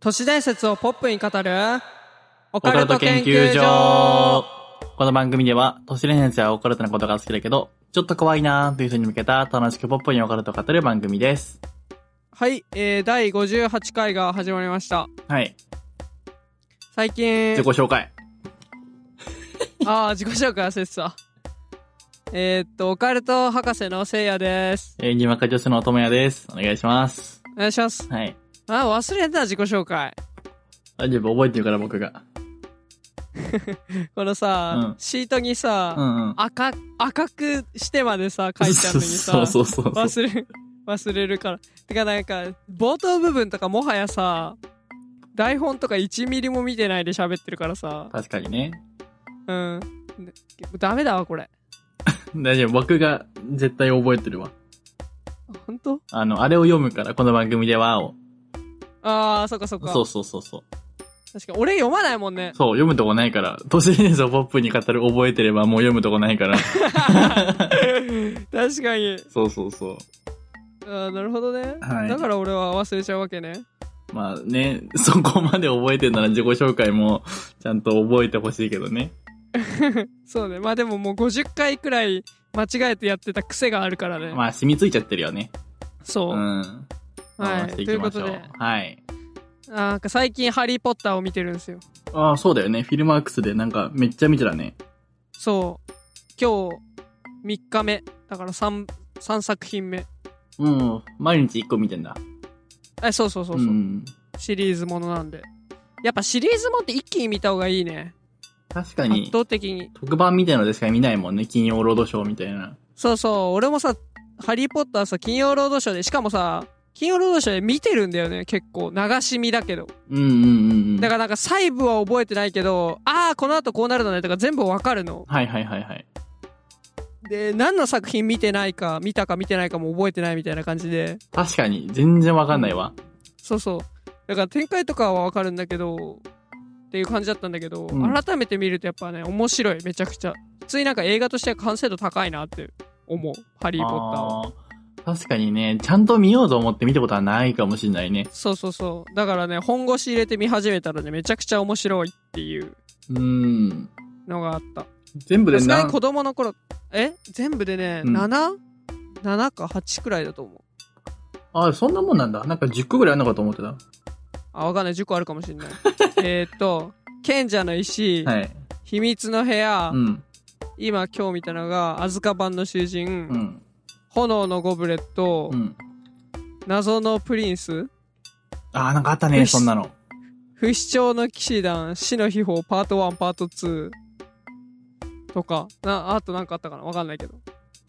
都市伝説をポップに語るオオカルト研究所この番組では、都市伝説やオカルトなことが好きだけど、ちょっと怖いなーという人に向けた楽しくポップにオカルトを語る番組です。はい、えー、第58回が始まりましたはい。最近自己紹介。ああ自己紹介忘れてたえー、っとオカルト博士のせいやですえー、にわか女子の乙女やです。お願いします。お願いしますはい。あー忘れてた自己紹介大丈夫、覚えてるから僕が。このさ、うんシートにうさ、んうん。赤赤くしてまでさ書いてあるのにさそうそうそうそう。忘れ忘れるからてかなんか冒頭部分とかもはやさ台本とか1ミリも見てないで喋ってるからさ確かにね。うんでダメだわこれ大丈夫、僕が絶対覚えてるわ。本当あの、あれを読むから、この番組ではを。あーそっかそっかそうそうそうそう。確かに俺読まないもん ねそう、読むとこないから、都市伝説をポップに語る覚えてればもう読むとこない から。確かにそうそうそう。あーなるほどね、はいだから俺は忘れちゃうわけねまあね、 そこまで覚えてるなら自己紹介もちゃんと覚えてほしいけどね。そうねまあでももう50回くらい間違えてやってた癖があるからね、まあ染みついちゃってるよね。そうう、ん。は回いしとていいきうこましとょうで。はい。なんか最近「ハリー・ポッター」を見てるんですよああ、そうだよね。フィルマークスでなんかめっちゃ見てたね。そう今日3日目だから 3, 三作品目うん。毎日一個見てんだ。えそうそうそうそう、ん。シリーズものなんでやっぱシリーズものって一気に見た方がいいね確か圧に、倒的に特番みたいのでしか見ないもんね。金曜ロードショーみたいな。そうそう俺もさ「ハリー・ポッター」さ金曜ロードショーでしかもさ金曜ロードショーで見てるんだよね結構流し見だけどうんうんうんうん。だからなんか細部は覚えてないけどああこの後こうなるのねとか全部わかるのはいはいはいはい。で何の作品見てないか見たか見てないかも覚えてないみたいな感じで確かに、全然わかんないわ。そうそう。だから展開とかはわかるんだけど、っていう感じだったんだけど、うん改めて見るとやっぱね、面白い、めちゃくちゃ。普通になんか映画としては完成度高いなって思う、ハリー・ポッターは。あー確かにね、ちゃんと見ようと思って見たことはないかもしれないね。そうそうそう。だからね、本腰入れて見始めたらね、めちゃくちゃ面白いっていううん。のがあった。全部で確か何に子供の頃、え全部でね、うん 7?7 か8くらいだと思う。あ、そんなもんなんだ。なんか10個ぐらいあんのかと思ってた。あ、わかんない。10個あるかもしん ない。えーっと、賢者の石、はい。秘密の部屋、うん。今今日見たのが「アズカバンの囚人」うん。炎のゴブレット」うん。謎のプリンス」あー、なんかあったね、よしそんなの。 「不死鳥の騎士団」「死の秘宝」パート1パート2とかなあとなんかあったかなわかんないけど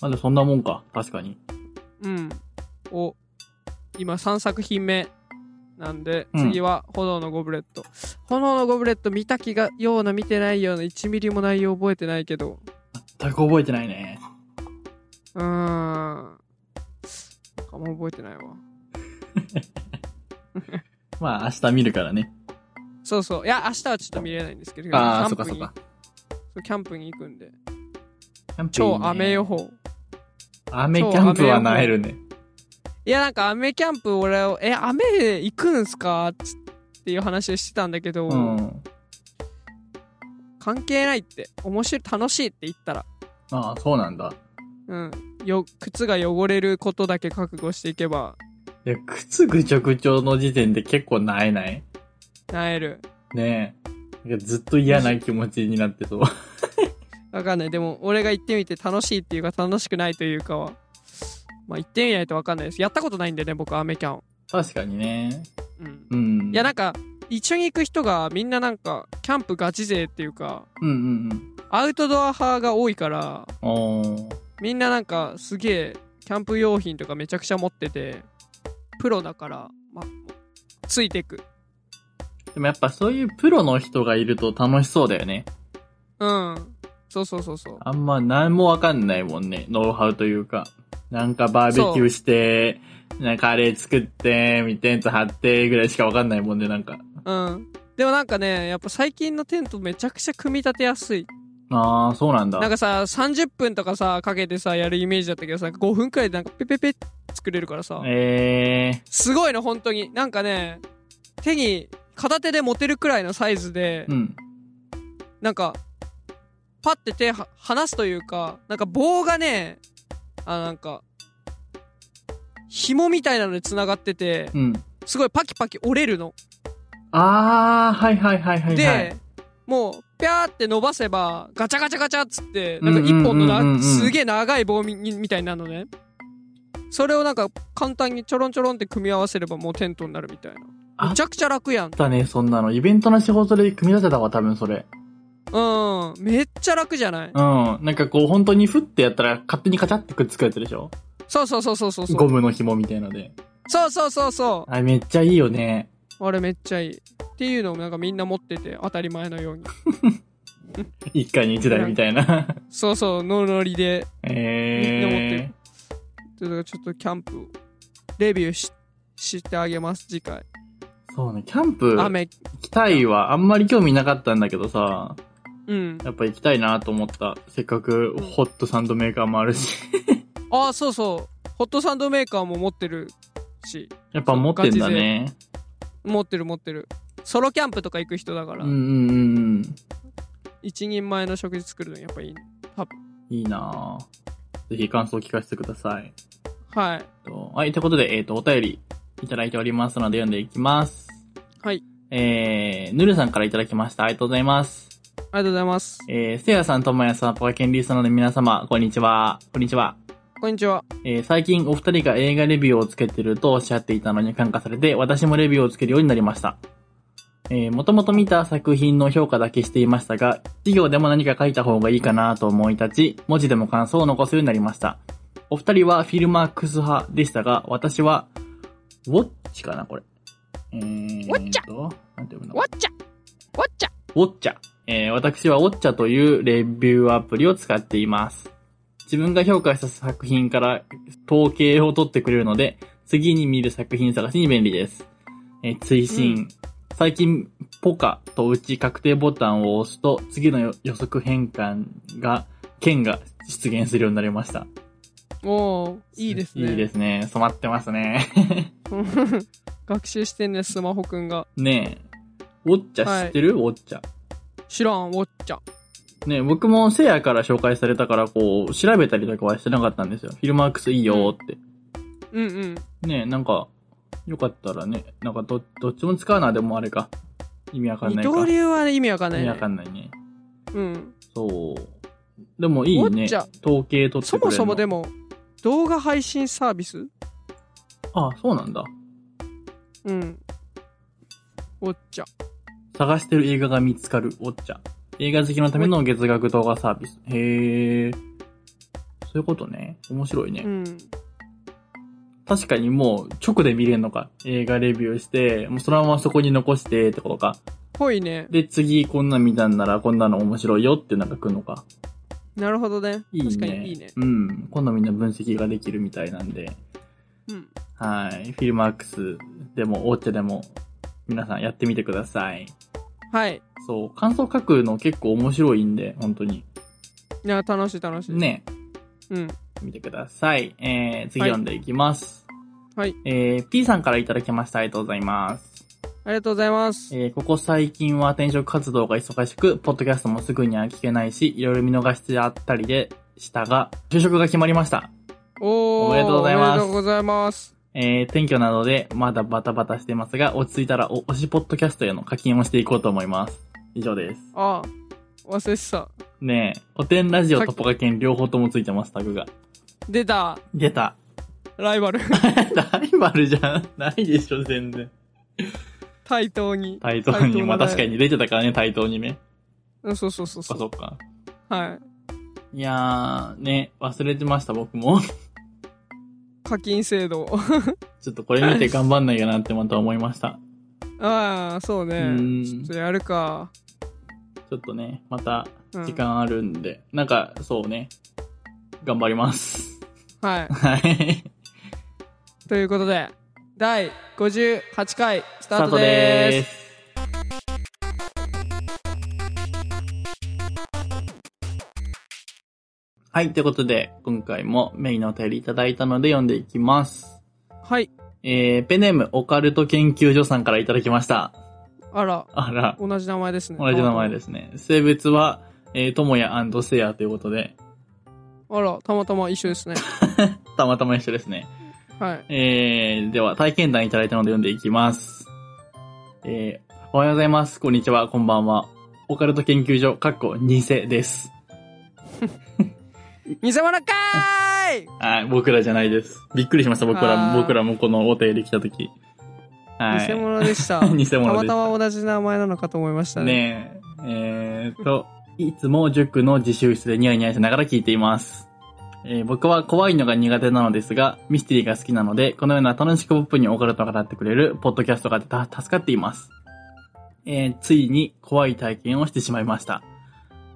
まだそんなもんか。確かに。うんを今3作品目なんでうん次は「炎のゴブレット」炎のゴブレット」見た気がような見てないような1ミリも内容覚えてないけど全く覚えてないね。うーん。なんかあんま覚えてないわまあ、明日見るからね。そうそう。いや、明日はちょっと見れないんですけど、あキャー、そっンかプそっにか。そうキャンプに行くんで。キャンプいいね超雨予。報。雨キャンプはなえるね。いや、なんか雨キャンプ俺を、え、雨行くんすかつっていう話をしてたんだけど、うん。関係ないって、面白い、楽しいって言ったら、ああ、そうなんだ。うん。よ、靴が汚れることだけ覚悟していけば、いや、靴ぐちょぐちょの時点で結構なえないなえる。ねえ。なんかずっと嫌な気持ちになっ てそう。わかんない。でも、俺が行ってみて楽しいっていうか、楽しくないというかは、まあ、行ってみないとわかんないです。やったことないんでね、僕、雨キャン。確かにね。うん。うん。いやなんんか一緒に行く人がみんななんかキャンプガチ勢っていうかうんうんアウトドア派が多いからうん。おー。みんななんかすげえキャンプ用品とかめちゃくちゃ持っててプロだから、ま、ついてくでもやっぱそういうプロの人がいると楽しそうだよね。うんそうそうそうそうあんま何もわかんないもんね。ノウハウというか。なんかバーベキューして、なんかカレー作って、みテント張ってぐらいしかわかんないもんね、なんか。うんでもなんかねやっぱ最近のテントめちゃくちゃ組み立てやすいああ、そうなんだ。なんかさ30分とかさかけてさやるイメージだったけどさ5分くらいでなんかペペペって作れるからさええすごいの本当になんかね手に片手で持てるくらいのサイズで、うん。なんか、パッて手は離すというか、なんか棒がね、あ、なんか、紐みたいなので繋がってて、うん。すごいパキパキ折れるの。あー、はいはいはいはい、はい。で、もう、ぴゃーって伸ばせば、ガチャガチャガチャっつって、なんか一本のうんうんうんうんうな、んすげえ長い棒みみたいになるのね。それをなんか簡単にちょろんちょろんって組み合わせればもうテントになるみたいな。あめちゃくちゃ楽やん。だね、そんなの。イベントの仕事で組み立てたわ、多分それ。うん。めっちゃ楽じゃないうん。なんかこう、本当にフッてやったら勝手にカチャってくっつくやつでしょそうそうそうそうそうそゴう。ムの紐みたいので。そうそうそうそう。あ、めっちゃいいよね。あれめっちゃいい。っていうのをなんかみんな持ってて当たり前のように。一家に一台みたいな。そうそう、ノリノリで。みんな持って えるちょっとちょっとキャンプをレビューししてあげます、次回。ー、そうね、キャンプ行雨、きたいはあんまり興味なかったんだけどさ、うん。やっぱ行きたいなと思った。せっかくホットサンドメーカーもあるし。 ああ、そうそう。ホットサンドメーカーも持ってるし、やっぱ持ってんだね。持ってる持ってる。ソロキャンプとか行く人だかうら、んうんうんうん。一人前の食事作るのやっぱいいね。いいなぁぜひ感想聞かせてください。はい。とはい、ということで、えっ、と、お便りいただいておりますので読んでいきます。はい。えー、ぬるさんからいただきました。ありがとうございます。ありがとうございます。えー、せいやさん、ともやさん、ポカケンリーさんの皆様、こんにちは。こんにちは。こんにちは。えー、最近お二人が映画レビューをつけてるとおっしゃっていたのに感化されて、私もレビューをつけるようになりました。えー、もともと見た作品の評価だけしていましたが、授業でも何か書いた方がいいかなと思い立ち、文字でも感想を残すようになりました。お二人はフィルマークス派でしたが、私は、ウォッチかな、これ。えー、ウォッチャとなんて読むのわっちゃわっちゃウォッチャ。えー私はウォッチャというレビューアプリを使っています。自分が評価した作品から統計を取ってくれるので、次に見る作品探しに便利です。えー追伸、う最近、ポカとうち確定ボタンを押すと、次の予測変換が、件が出現するようになりました。おー、いいですね。いいですね。染まってますね。 学習してんね、スマホくんが。ねえ。ウォッチャ知ってる、ウォッチャ。知らん、ウォッチャ。ね、僕もせいやから紹介されたから、こう、調べたりとかはしてなかったんですよ。フィルマークスいいよーって。うんうん。ね、なんか、よかったらね、なんかど、どっちも使うな、でもあれか。意味わかん二ないか。刀流はね、意味わかんな意い、味ねわ。かんないね。うん。そう。でもいいウォねッチャ。統計取ってくれるのそもそもで。も、動画配信サービスあ、そうなんだ。うん。ウォッチャ。探してる映画が見つかる、ウォッチャ。映画好きのための月額動画サービス。へえ。そういうことね。面白いね。うん。確かにもう直で見れるのか。映画レビューして、もうそのままそこに残してってことか。ぽいね。で、次こんなん見たんならこんなの面白いよってなんか来るのか。なるほどね。いいね。確かにいいね。うん。今度みんな分析ができるみたいなんで。うん。はい。フィルマークスでも、オーチェでも、皆さんやってみてください。はい。そう。感想書くの結構面白いんで、本当に。いや、楽しい楽しい。。ね。うん。見てください。えー、次読んでいきます。はい。えー、P さんからいただきました。ありがとうございます。ありがとうございます。えーここ最近は転職活動が忙しく、ポッドキャストもすぐには聞けないし、いろいろ見逃してあったりでしたが、就職が決まりました。おー。おめでとうございまおめですとうございます。えー、転居などでまだバタバタしてますが、落ち着いたらお推しポッドキャストへの課金をしていこうと思います。以上です。ああ、忘れてた。ねえ、古典ラジオさっきとポカケン両方ともついてます、タグが。出た。 出た。ライバ ル。ライバルじゃないでしょ、全然。対等に。対等対等だに。ねまあ確かに出てたからね、対等にね。うん、そうそうそうそっかそそっか。う。はい。いやー、ね、忘れてました、僕も。課金制度。ちょっとこれ見て頑張んないかなってまた思いました。 ああ、そううね。ん。ちょっちとやるか。ょっとね、またうん時間あるんで、なんかそうね、頑張 ります。ははい。い。ということで、第58回ススタートでーす。す。はい、ということで、今回もメインのお便りいただいたので読んでいきます。はい。えー、ペンネームオカルト研究所さんからいただきました。あら、あら、同じ名前ですね。。同じ名前ですすね。性別は、えー、ともやせいやということで、あら、たまたま一緒ですね。たまたま一緒ですね。はい。えー、では、体験談いただいたので読んでいきます。えー、おはようございます。こんにちは。こんばんは。オカルト研究所、かっこ、偽です。偽物かーいはい、僕らじゃないです。びっくりしました、僕あら、ー僕らもこのお便り来たとき。はい。偽物でした。 偽物です。たまたま同じ名前なのかと思いましたね。ねえ。えー、と、いつも塾の自習室でニヤニヤしながら聞いています。えー僕は怖いのが苦手なのですが、ミステリーが好きなので、このような楽しくポップにオカルトが語ってくれるポッドキャストがあってた助かっています。えーついに怖い体験をしてしまいました。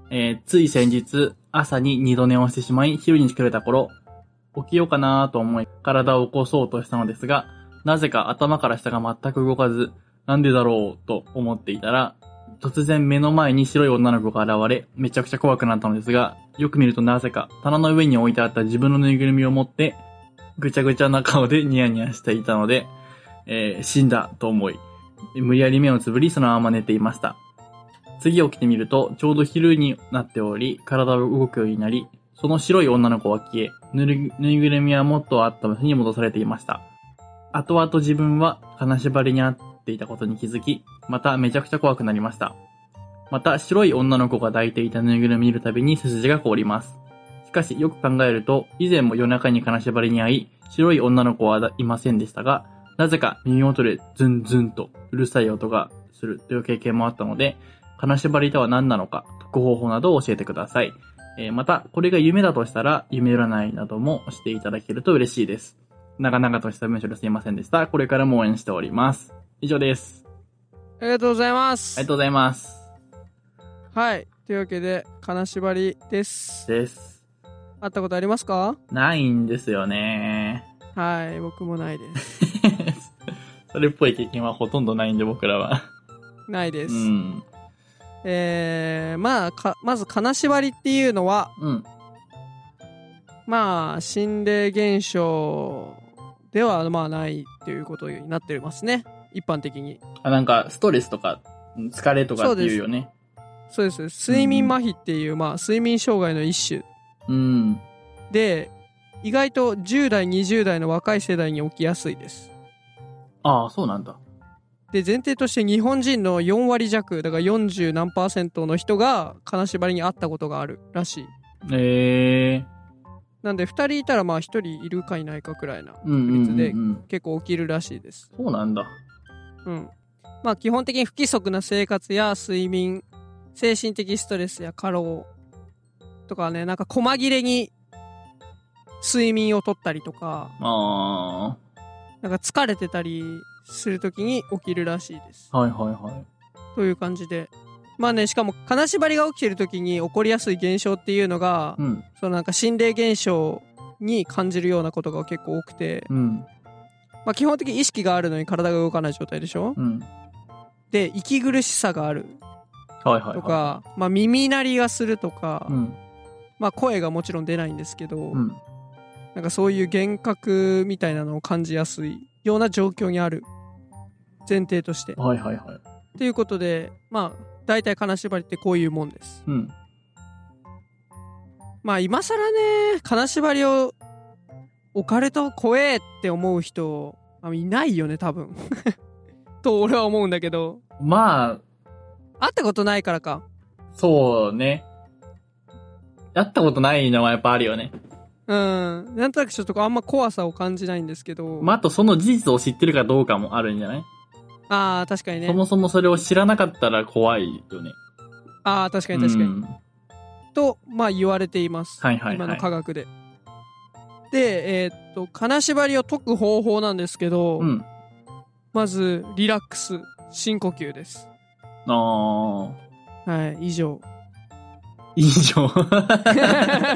えーつい先日、朝に二度寝をしてしまい、昼に疲れた頃、起きようかなと思い、体を起こそうとしたのですが、なぜか頭から下が全く動かず、なんでだろうと思っていたら、突然目の前に白い女の子が現れ、めちゃくちゃ怖くなったのですが、よく見るとなぜか棚の上に置いてあった自分のぬいぐるみを持って、ぐちゃぐちゃな顔でニヤニヤしていたので、えー死んだと思い、無理やり目をつぶりそのまま寝ていました。次起きてみると、ちょうど昼になっており、体が動くようになり、その白い女の子は消え、ぬるぬいぐるみはもっとあった場所に戻されていました。後々自分は金縛りにあっていたことに気づき、まためちゃくちゃ怖くなりました。また白い女の子が抱いていたぬいぐるみを見るたびに背筋が凍ります。しかしよく考えると、以前も夜中に金縛りに遭い、白い女の子はいませんでしたが、なぜか耳元でズンズンとうるさい音がするという経験もあったので、金縛りとは何なのか、解く方法などを教えてください。えーまた、これが夢だとしたら、夢占いなどもしていただけると嬉しいです。長々とした文章ですいませんでした。これからも応援しております。以上です。ありがとうございます。ありがとうございます。はい。というわけで、金縛りです。です。会ったことありますかないんですよね。はい、僕もないです。 それっぽい経験はほとんどないんで、僕らは。ないです。うん。えー、まあ、か、まず金縛りっていうのは、うん。まあ、心霊現象ではまあないっていうことになってますね。一般的に。あ、なんか、ストレスとか、うん疲れとかっていうよね。そうです。睡眠麻痺っていう、まあ、睡眠障害の一種うん。で、意外と10代、20代の若い世代に起きやすいです。ああ、そうなんだ。で、前提として日本人の4割弱、だから40何パーセントの人が金縛りにあったことがあるらしい。ええなんで、2人いたらまあ1人いるかいないかくらいな、ー。うんうんうん、別でうん。結構起きるらしいです。そうなんだ。うん。まあ基本的に不規則な生活や睡眠、精神的ストレスや過労とかね、なんか細切れに睡眠をとったりとか、あなんか疲れてたりするときに起きるらしいです。あ。はいはいはい。という感じで。まあね、しかも金縛りが起きてるときに起こりやすい現象っていうのが、うん。そのなんか心霊現象に感じるようなことが結構多くて、うん。まあ基本的に意識があるのに体が動かない状態でしょうん。で、息苦しさがある。はいはい、はい。とか、。まあ、耳鳴りがするとか、うん。まあ、声がもちろん出ないんですけど、うん。なんかそういう幻覚みたいなのを感じやすいような状況にある前提として。はいはいはい。ということで、まあ、大体金縛りってこういうもんです。うん。まあ、今更ね、金縛りをオカルト怖えって思う人、あいないよね、多分。 と俺は思うんだけど、まあ、会ったことないからか。そうね。やったことないのはやっぱあるよね。うん。なんとなくちょっとあんま怖さを感じないんですけど。まあ、あとその事実を知ってるかどうかもあるんじゃない、ああ、確かにねそ。もそもそれを知らなかったら怖いよね。ああ、確かに確かに。うんと、まあ言われています。はいはいはい今の科学で。で、えーっと、金縛りを解く方法なんですけど、うん。まず、リラックス、深呼吸です。ああ、はい、以 上。以上。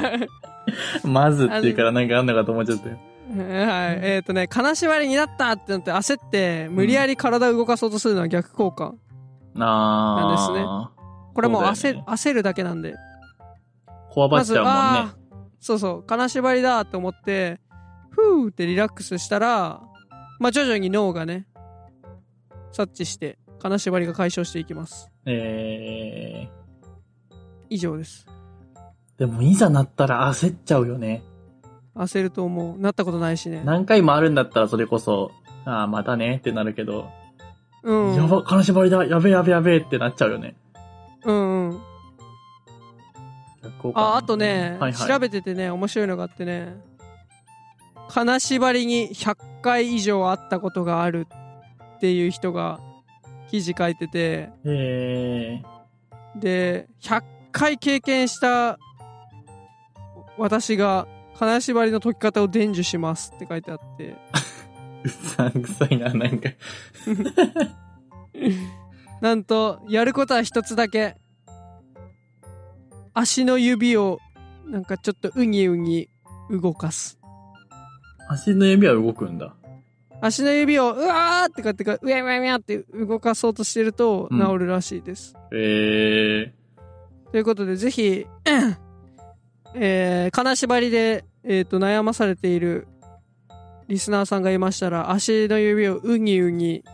まずっていうからなんかあんのかと思っちゃったよ。はい、えーっとね、金縛りになったってなって焦って、無理やり体を動かそうとするのは逆効果。あなあ。んですねこれもうそう焦,、だよね焦るだけなんで。怖ばっちゃうもんね。あーそうそう、金縛りだと思って、ふーってリラックスしたら、まあ徐々に脳がね、察知して、金縛りが解消していきます。え以上です。ー、でもいざなったら焦っちゃうよね。焦ると思う。なったことないしね。何回もあるんだったらそれこそ、ああ、またねってなるけど、うん。やば、金縛りだ、やべえやべえやべえってなっちゃうよね。うんうん。逆効果あ、あとね、はいはい、調べててね、面白いのがあってね、金縛りに100回以上会ったことがあるっていう人が記事書いてて、えで、100回経験した私が金縛りの解き方を伝授しますって書いてあって、 ー、うさんくさいな、なんか。なんと、やることは一つだけ。足の指を、なんかちょっとうにうに動かす。足の指は動くんだ。足の指を、うわーってかってか、うやうやうやって動かそうとしてるとうん治るらしいです。えということで、ぜひ、 えー、金縛りで、えっ、と、悩まされているリスナーさんがいましたら、足の指をうにうに、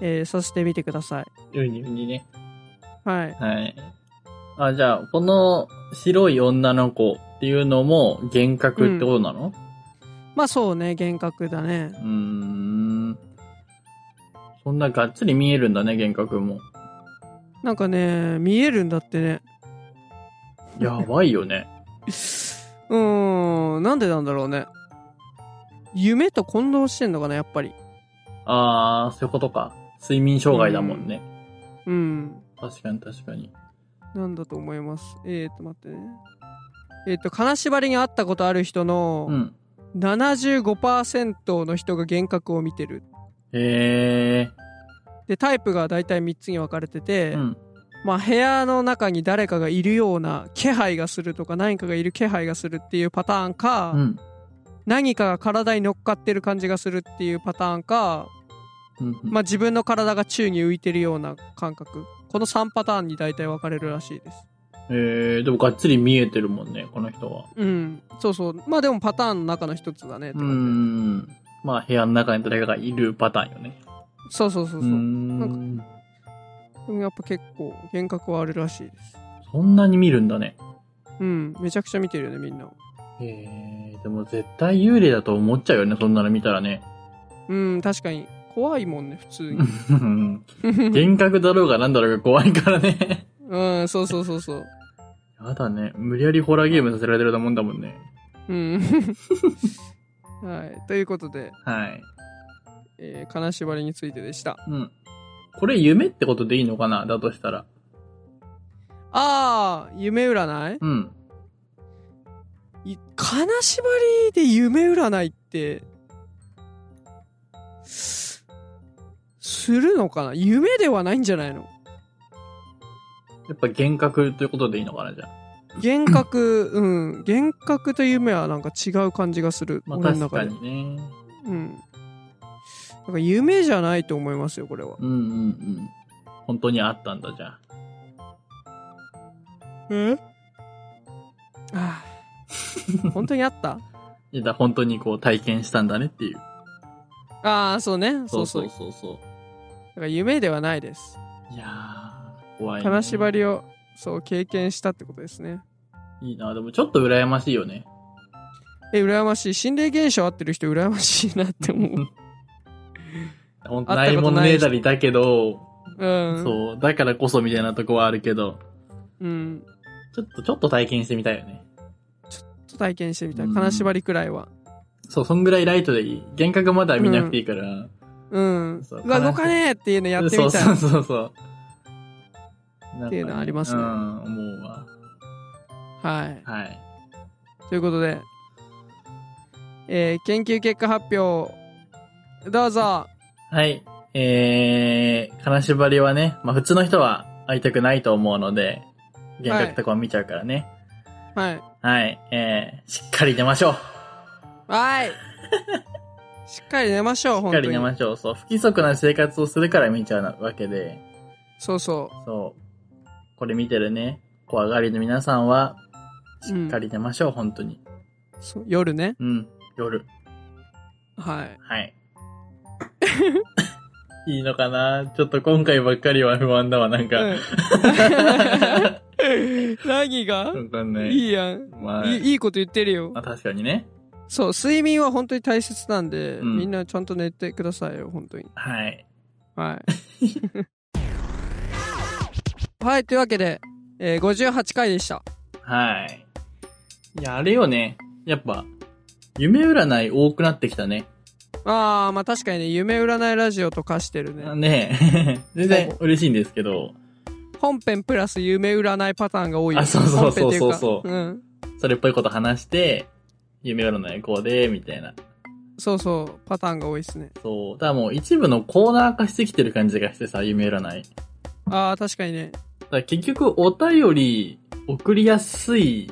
えーさせてみてください。ー、うにうにね。はい。はい。あ、じゃあ、この白い女の子っていうのも幻覚ってことなの、まあそうね、幻覚だね。うーん。そんながっつり見えるんだね、幻覚も。なんかね、見えるんだってね。やばいよね。うーん、なんでなんだろうね。夢と混同してんのかな、やっぱり。あー、そういうことか。睡眠障害だもんね。うん、確かに確かに。なんだと思います。えー、っと、待ってね。えー、っと、金縛りに会ったことある人うのん。 75%の人が幻覚を見てる。へで、タイプが大体3つに分かれてて、ー。うん。まあ部屋の中に誰かがいるような気配がするとか、何かがいる気配がするっていうパターンか、うん。何かが体に乗っかってる感じがするっていうパターンか、うんまあ、自分の体が宙に浮いてるような感覚この3パターンに大体分かれるらしいですえー、でもがっつり見えてるもんね、この人は。うんそうそうまあでもパターンの中の一つだねってうー感じん。まあ、部屋の中に誰かがいるパターンよね。そうそうそうそうーう、ん。でもやっぱ結構幻覚はあるらしいですそんなに見るんだね。うんめちゃくちゃ見てるよねみんなえー、でも絶対幽霊だと思っちゃうよね、そんなの見たらね。 うん確かに怖いもんね普通うんに幻覚だろうがなんだろうが怖いからね。 うんそうそうそうそうやだね。無理やりホラーゲームさせられてるようなもんだもんね。うん はいということで、はい。えー金縛りについてでしたうん。これ夢ってことでいいのかなだとしたら。あー夢占いうん。い金縛りで夢占いって、すするのかな夢ではないんじゃないのやっぱ幻覚ということでいいのかなじゃあ。幻覚、うん。幻覚と夢はなんか違う感じがする。まあ俺の確中かで。にね。うん。なんか夢じゃないと思いますよ、これは。うんうんうん。本当にあったんだじゃあ。えああ。本当にあ ったいやだから本当にこう体験したんだねっていう。ああ、そうね。そうそう。そうそうそうだから夢ではないです。いやー、怖い、ね。金縛りを、そう、経験したってことですね。いいな。でもちょっと羨ましいよね。え、羨ましい。心霊現象合ってる人羨ましいなって思う。本当会なったいことものないね人だりだけど、うん。う。そう、だからこそみたいなとこはあるけど、ん。ちょっと、ちょっと体験してみたいよね。ちょっと体験してみたい。うん金縛りくらいは。そう、そんぐらいライトでいい。幻覚まだ見なくていいから。うん。そううわ、悲しい動かねえっていうのやってそみうたい。そうそうそう。っていうのありますねなんかねうん、思うわ。はい。はい。ということで、えー、研究結果発表、どうぞ。はい。えー、金縛りはね、まあ普通の人は会いたくないと思うので、幻覚とかを見ちゃうからね。はい。はい。えー、しっかり寝ましょう。はい。 しっかり寝ましょう、しっ本か当りに。寝ましょう。そう、不規則な生活をするから見ちゃうわけで、そうそそう。これ見てるね、怖がりの皆さんう。は、うんしっかり寝ましょう、本当に。そう夜ね。うん、夜。はい。はい。いいのかなちょっと今回ばっかりは不安だわ、なんか。うん 何がわかんない。いいやん。まあ、いいいいこと言ってるよま。あ確かにね。そう、睡眠は本当に大切なんで、うんみんなちゃんと寝てくださいよ、本当に。はい。 はい。はい、というわけで、えー58回でした。はい。いや、あれよね。やっぱ、夢占い多くなってきたね。あー、まあ確かにね、夢占いラジオと化してるね。ねえ 全ほ然ぼ嬉しいんですけど、本編プラス夢占いパターンが多いよあそうそうそうそうそう本編っていかうん。それっぽいこと話して、夢占いこうで、みたいな。そうそう、パターンが多いですね。そう。ただもう一部のコーナー化してきてる感じがしてさ、夢占い。あー、確かにね。だから結局、お便り送りやすい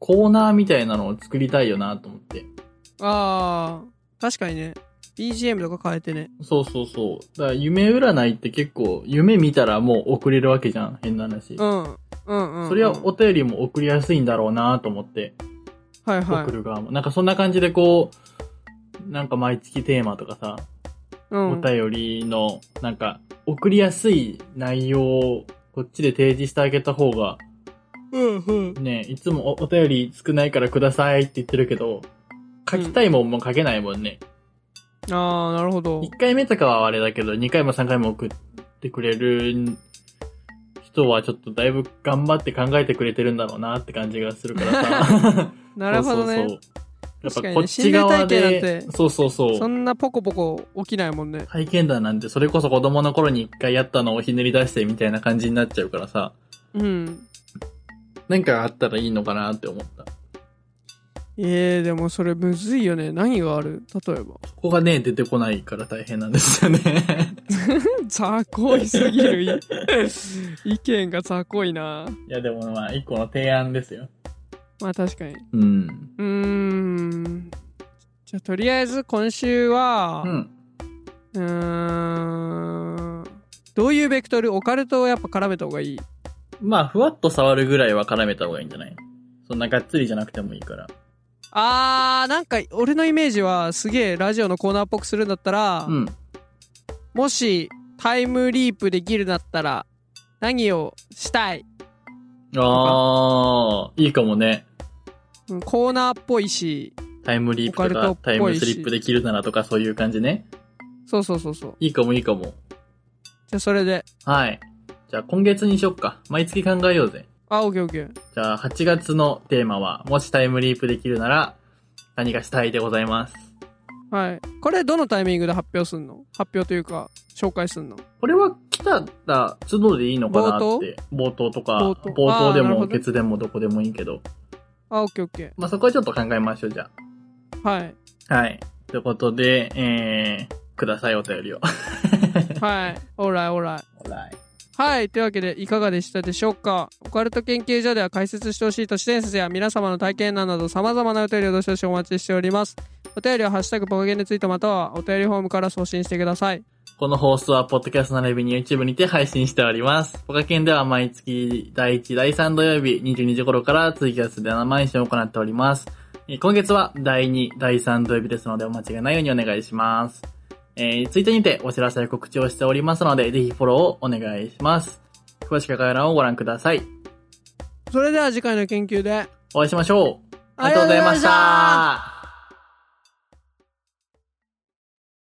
コーナーみたいなのを作りたいよなと思って。あー、確かにね。BGM とか変えてね。そうそうそう。だから夢占いって結構、夢見たらもう送れるわけじゃん。変な話。うん。うんうん、うん。それはお便りも送りやすいんだろうなと思って、はいはい送。る側も。なんかそんな感じでこう、なんか毎月テーマとかさ、うんお便りの、なんか、送りやすい内容をこっちで提示してあげた方が、うんうん。ね、いつもおお便り少ないからくださいって言ってるけど、書きたいもんも書けないもんね。あー、なるほど1。回目とかはあれだけど、2回も3回も送ってくれる人はちょっとだいぶ頑張って考えてくれてるんだろうなって感じがするからさ。 なるほどね。そうそうそうやっぱこっ確ちかにね側心霊体験でなん、てそうそうそう。そんなポコポコ起きないもんね。体験談なんて、それこそ子供の頃に一回やったのをひねり出してみたいな感じになっちゃうからさ、うん。なんかあったらいいのかなって思った。えー、でもそれむずいよね。何がある例えば。そこがね、出てこないから大変なんですよね。雑魚いすぎる。い意見が雑魚いな。 いや、でもまあ、一個の提案ですよ。まあ確かに。うん。うーん。じゃあとりあえず今週はう、ん。うーん。どういうベクトルオカルトをやっぱ絡めた方がいいまあ、ふわっと触るぐらいは絡めた方がいいんじゃないそんながっつりじゃなくてもいいから。あー、なんか俺のイメージはすげえラジオのコーナーっぽくするんだったら、うん。もしタイムリープできるんだったら何をしたい、ああ、いいかもね。うんコーナーっぽいし、タイムリープとオカルかトっぽいしタイムスリップできるならとかそういう感じね。そうそうそうそう。いいかもいいかも。じゃあそれで。はい。じゃあ今月にしよっか。毎月考えようぜ。あ、オッケーオッケー。じゃあ8月のテーマは、もしタイムリープできるなら何かしたいでございます。はい。これどのタイミングで発表すんの発表というか、紹介すんのこれは来たら都度でいいのかなって。冒頭とか、冒冒頭頭あーでなるほも、どねケツでもどこでもいいけど。あ、オッケーオッケまあそこはちょっと考えましょう、じゃー。あ。はい。はい。ということで、えー、くださいお便りを。はい。オーライオーライ。はい。というわけで、いかがでしたでしょうかオカルト研究所では解説してほしい都市伝説や皆様の体験談など様々なお便りをどしどしお待ちしております。お便りはハッシュタグポカゲンでツイートまたはお便りフォームから送信してください。この放送は、ポッドキャスト並びに YouTube にて配信しております。ポカケンでは毎月第1、第3土曜日22時頃からツイキャスで生配信を行っております。えー今月は第2、第3土曜日ですのでお間違いないようにお願いします。えー、ツイートにてお知らせや告知をしておりますので、ぜひフォローをお願いします。詳しく概要欄をご覧ください。それでは次回の研究でお会いしましょう。あありりががととううごござざいいままし。した